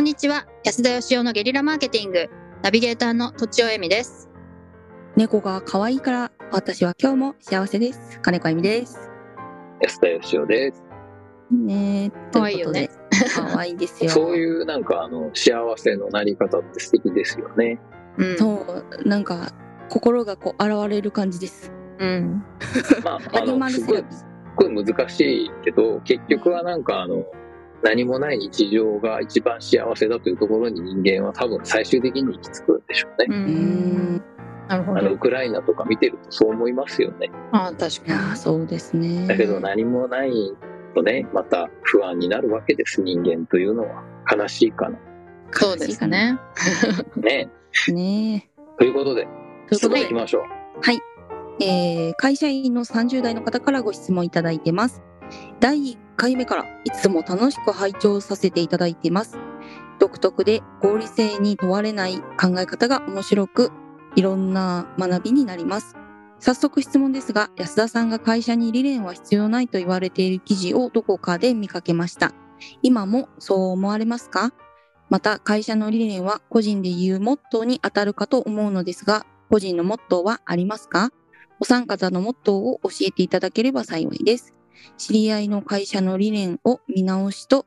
んにちは安田義雄のゲリラマーケティングナビゲーターのとちおえみです猫が可愛いから私は今日も幸せです金子あゆみです安田義雄です。ねえ可愛いよねということで可愛いですよ そういうなんかあの幸せのなり方って素敵ですよね。うんそうなんか心がこう現れる感じですうんまあ、アあニマルのセすごラいピーすごい難しいけど結局はなんかあの何もない日常が一番幸せだというところに人間は多分最終的に行き着くんでしょうね。ううーんなるほあのどウクライナとか見てるとそう思いますよね。あー確いやかーそうですねだけど何もないとねまた不安になるわけです人間というのは悲しいかな。にそうですねね。ねということでえという質こと問で、いきましょう。えー会社員の30代の方からご質問いただいてます。第1回目からいつも楽しく拝聴させていただいてます。独特で合理性に問われない考え方が面白く、いろんな学びになります。早速質問ですが、安田さんが会社に理念は必要ないと言われている記事をどこかで見かけました。今もそう思われますかまた会社の理念は個人で言うモットーに当たるかと思うのですが、個人のモットーはありますかお三方のモットーを教えていただければ幸いです。知り合いの会社の理念を見直しと、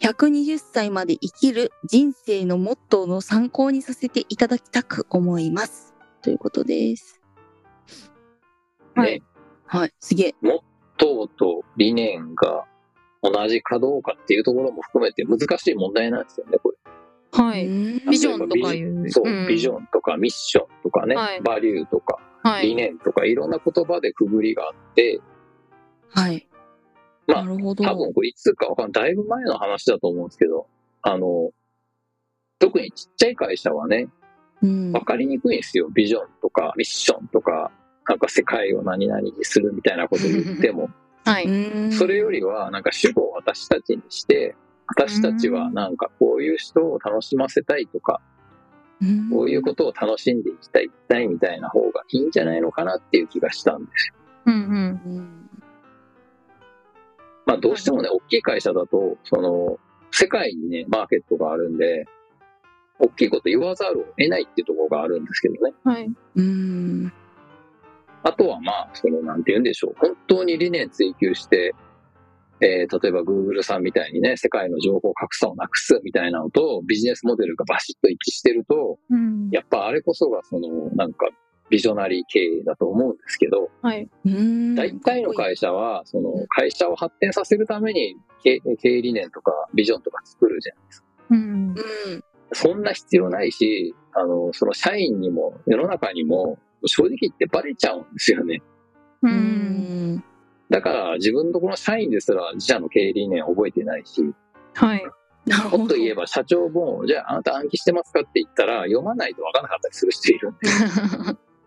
120歳まで生きる人生のモットーの参考にさせていただきたく思います。ということです。はいはい、すげえ。党と理念が同じかどうかっていうところも含めて難しい問題なんですよね、こはういーんビジョンとかいうれ。そう、んビジョンとかミッションとかね、はいバリューとかは理い念とかいろんな言葉でくぐりがあって、はい。まあなるほど。多分これいつかわかんない、だいぶ前の話だと思うんですけど、あの、特にちっちゃい会社はね、うんわかりにくいんですよ。ビジョンとかミッションとか、なんか世界を何々にするみたいなこと言っても、はういーんそれよりは、なんか主語を私たちにして、私たちはなんかこういう人を楽しませたいとか、うんこういうことを楽しんでいきたい、いきたいみたいな方がいいんじゃないのかなっていう気がしたんですよ。うんうんうんまあどうしてもね、大きい会社だと、その、世界にね、マーケットがあるんで、大きいこと言わざるを得ないっていうところがあるんですけどね。はいうん。あとはまあ、その、なんて言うんでしょう。本当に理念追求して、えー例えば Google さんみたいにね、世界の情報格差をなくすみたいなのと、ビジネスモデルがバシッと一致してると、うんやっぱあれこそがその、なんか、ビジョナリー経営だと思うんですけど、はいうん大体の会社は、その、会社を発展させるために経、経営理念とかビジョンとか作るじゃん。うんうん。そんな必要ないし、あの、その社員にも、世の中にも、正直言ってバレちゃうんですよね。ううんん。だから自分のところの社員ですら自社の経営理念を覚えてないし、はいもっと言えば。ば社長も、じゃああなた暗記してますかって言ったら読まないと分からなかったりする人いるん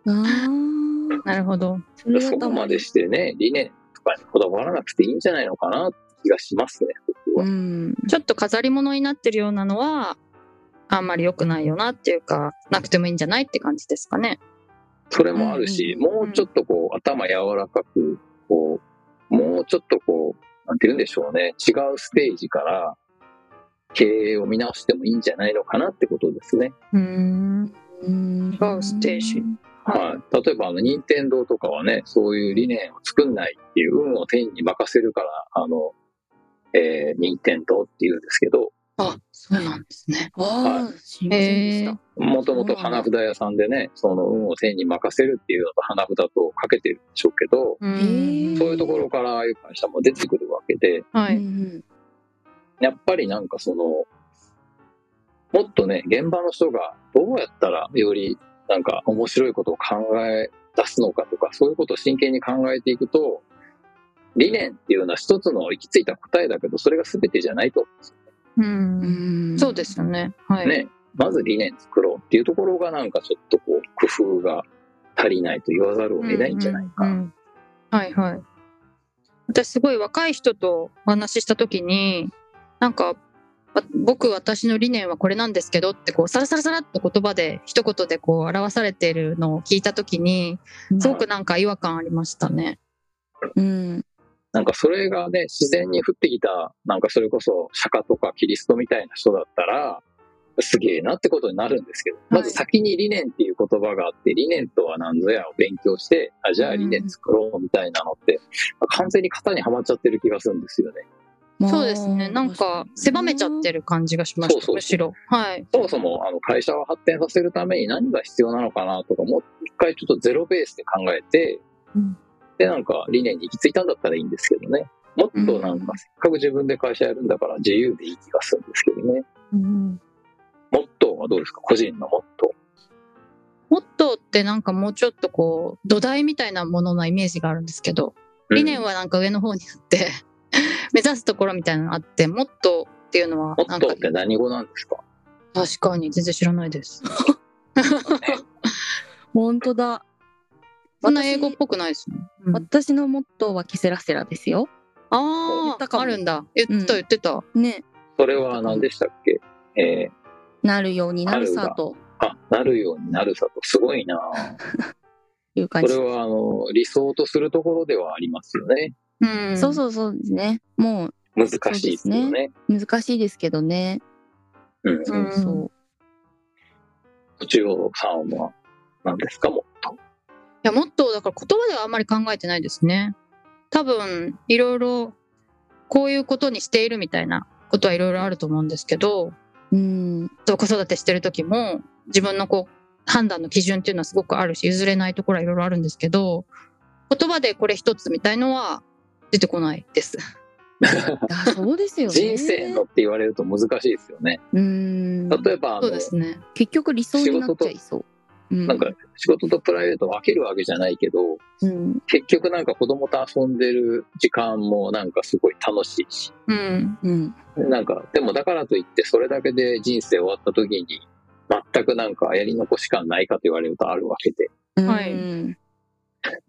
あーなるほどそれで、そは多こ分までしてね、理念とかにこだわらなくていいんじゃないのかなって気がしますね、僕うは。ん。ちょっと飾り物になってるようなのはあんまり良くないよなっていうかなくてもいいんじゃないって感じですかね。それもあるし、うんうんうんもうちょっとこう頭柔らかく、こう、もうちょっとこう、なんて言うんでしょうね、違うステージから経営を見直してもいいんじゃないのかなってことですね。うんうん違うステージ。はい、例えばあの任天堂とかはねそういう理念を作んないっていう運を天に任せるからあの、えー、任天堂っていうんですけどあそうなんですね。ああ、知りませんでした。もともと花札屋さんでねその運を天に任せるっていうのと花札とかけてるんでしょうけどうんへえそういうところからああいう会社も出てくるわけではうい。んやっぱりなんかそのもっとね現場の人がどうやったらよりなんか面白いことを考え出すのかとかそういうことを真剣に考えていくと理念っていうのは一つの行き着いた答えだけどそれが全てじゃないと思うんですううんんそうですよね。はい。よね。まず理念作ろうっていうところがなんかちょっとこう工夫が足りないと言わざるを得ないんじゃないか。うんうんはいはい。私すごい若い人とお話しした時になんかわ僕私の理念はこれなんですけどってこうサラサラサラっと言葉で一言でこう表されているのを聞いた時にすごくなんか違和感ありましたね。うん。なんかそれがね、自然に降ってきた、なんかそれこそ釈迦とかキリストみたいな人だったら、すげえなってことになるんですけど、まず先に理念っていう言葉があって、理念とは何ぞやを勉強して、あ、じゃあ理念作ろうみたいなのって、完全に型にはまっちゃってる気がするんですよね。そうですね。なんか、狭めちゃってる。る感じがしましそうそうそた、うむしろ。はい。そもそも、あの、会社を発展させるために何が必要なのかなとか、もう一回ちょっとゼロベースで考えて、うんで、なんか理念に行き着いたんだったらいいんですけどね。もっとなんか、せっかく自分で会社やるんだから自由でいい気がするんですけどね。うんモットーはどうですか個人のモットモットーってなんかもうちょっとこう、土台みたいなもののイメージがあるんですけど、ー。理念は、はなんか上の方にあって、 目指すところみたいなのあって、モットーっていうのは、モなッんトかーっ、て何語なんですか確かに全然知らないです。本当だ。そんな英語っぽくないですよね。うん私のモットーはケセラセラですよ。言あったかあ、もあるんだ。言ってた、うん言ってた。ね。それは何でしたっけえー、なるようになるなるさがとあ、なるようになるさと、すごいなぁいうそ感じれ。は、あの、理想とするところではありますよね。うん。そうそうそうですね。もう難しいですよね。難しいですけどね。うん。うんそ中央さんは何ですかもっと。いや、もっと、だから言葉ではあんまり考えてないですね。多分、いろいろ、こういうことにしているみたいなことはいろいろあると思うんですけど、う。うん。そう子育てしてる時も、自分のこう、判断の基準っていうのはすごくあるし、譲れないところはいろいろあるんですけど、言葉でこれ一つみたいのは出てこないです。いやそうですよね。人生のって言われると難しいですよね。うん。例えば、あそのう、ですね。結局理想になっちゃいそう。うんなんか仕事とプライベートを分けるわけじゃないけど、うん、結局なんか子供と遊んでる時間もなんかすごい楽しいし、うん。うん、なんか、でもだからといってそれだけで人生終わった時に、全くなんかやり残し感ないかと言われるとあるわけで、はいうん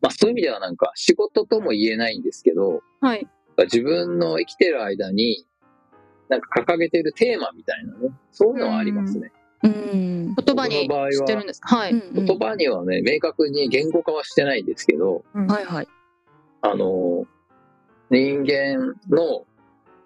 まあそういう意味ではなんか仕事とも言えないんですけど、はい。自分の生きてる間に、なんか掲げてるテーマみたいなね、そういうのはありますね。うん、言葉に僕の場合はしてるんです。はい。うん言葉にはね、明確に言語化はしてないんですけど、うんはいはい。あの、人間の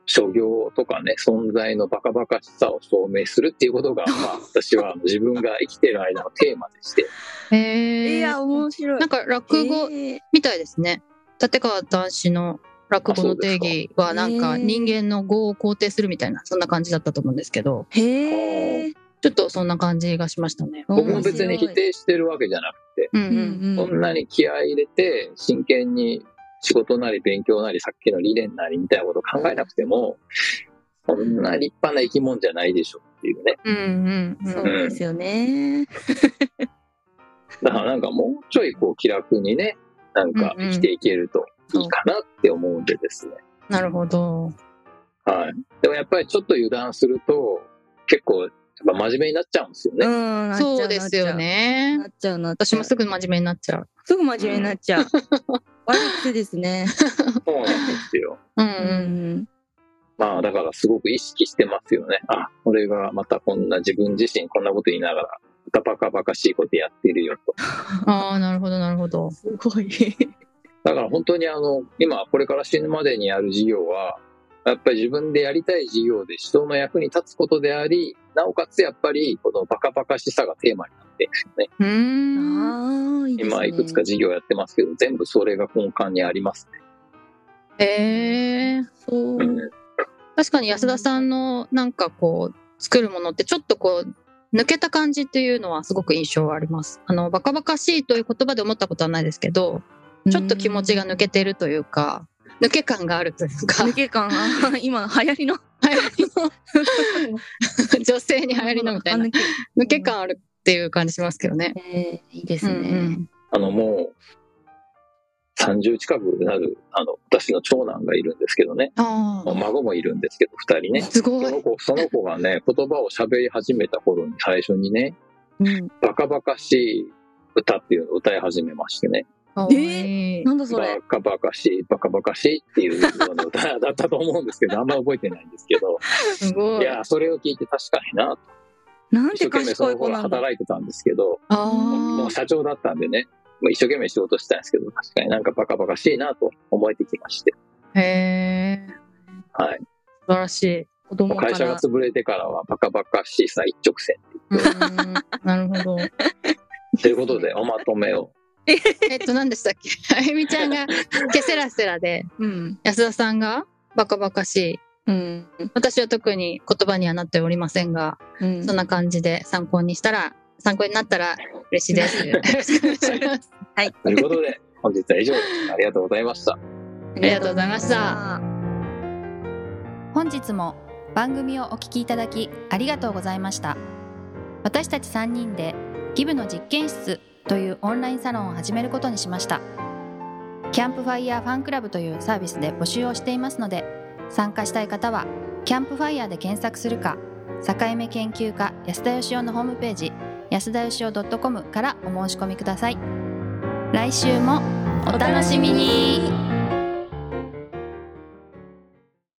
所業とかね、存在のバカバカしさを証明するっていうことが、まあ、私はあの自分が生きてる間のテーマでして、えいやー、面白いなん。か落語えーみたいですね。立川談志の落語の定義はあそなうでんすかかへー人間の業を肯定するみたいなそんな感じだったと思うんですけどへえ。ちょっとそんな感じがしましたね。僕も別に 面白否い。定してるわけじゃなくて、うんううんんうそんん。なに気合い入れて、真剣に仕事なり勉強なり、さっきの理念なりみたいなことを考えなくても、そんな立派な生き物じゃないでしょっていうね。うんうんそううんですよね。だからなんかもうちょいこう気楽にね、なんか生きていけるといいかなって思うんでですね。なるほど。はい。でもやっぱりちょっと油断すると、結構、やっぱ真面目になっちゃうんですようね。ん。なっちゃそうですよ。ね。なっちゃうなっちゃう。私もすぐ真面目になっちゃう。すぐ真面目になっちゃう。 悪い癖ですね。そうなんですよ。うんう。うんん。まあだからすごく意識してますよね。あ、これがまたこんな自分自身こんなこと言いながら、またバカバカしいことやってるよと。ああなるほどなるほど。 すごい。だから本当にあの、今これから死ぬまでにやる事業は、やっぱり自分でやりたい事業で人の役に立つことであり、なおかつやっぱりこのバカバカしさがテーマになっていくんですよね。うーん。ああ、いいですね。今いくつか事業やってますけど、全部それが根幹にありますね。えー、そう。確かに安田さんのなんかこう作るものってちょっとこう抜けた感じっていうのはすごく印象はあります。あのバカバカしいという言葉で思ったことはないですけど、ちょっと気持ちが抜けてるというか、抜け感があるというか抜、け感 が今流行りの流行りの 女性に流行りのみたいな あ抜け抜け感あるっていう感じしますけどね。えーいいですうね、んうんあの、もう、30近くなる、あの、私の長男がいるんですけどね。ああ、孫もいるんですけど、二人ね。すそごのい。子、その子がね、言葉を喋り始めた頃に最初にね、うんバカバカしい歌っていうのを歌い始めましてね。かわいい。なんだそバれカバカしい、バカバカしいっていうような歌 だったと思うんで すけど、あんま覚えてないんですけど、すごいい。や、それを聞いて確かにな、なん一生て懸命そ賢いの子子ながんだ働いてたんですけど、もあう社長だったんでね、もう一生懸命仕事してたんですけど、確かになんかバカバカしいなと思えてきまして。あ、へえ。はい。素晴らしい。子供か会社がら。潰れてからはバカバカしいさ一直線。うーんなるほど。ということで、おまとめを。えっと、何でしたっけ あゆみちゃんが、ケセラセラで、うん。安田さんが、バカバカしい。うん。私は特に言葉にはなっておりませんが、うん。そんな感じで参考にしたら、参考になったら嬉しいです。よろしくお願いします。ということで、本日は以上です。ありがとうございました。ありがとうございました。本日も番組をお聞きいただきありがとうございました私たち3人でギブの実験室というオンラインサロンを始めることにしましたキャンプファイヤーファンクラブというサービスで募集をしていますので参加したい方はキャンプファイヤーで検索するか境目研究家安田義雄のホームページ安田義雄 .com からお申し込みください来週もお楽しみに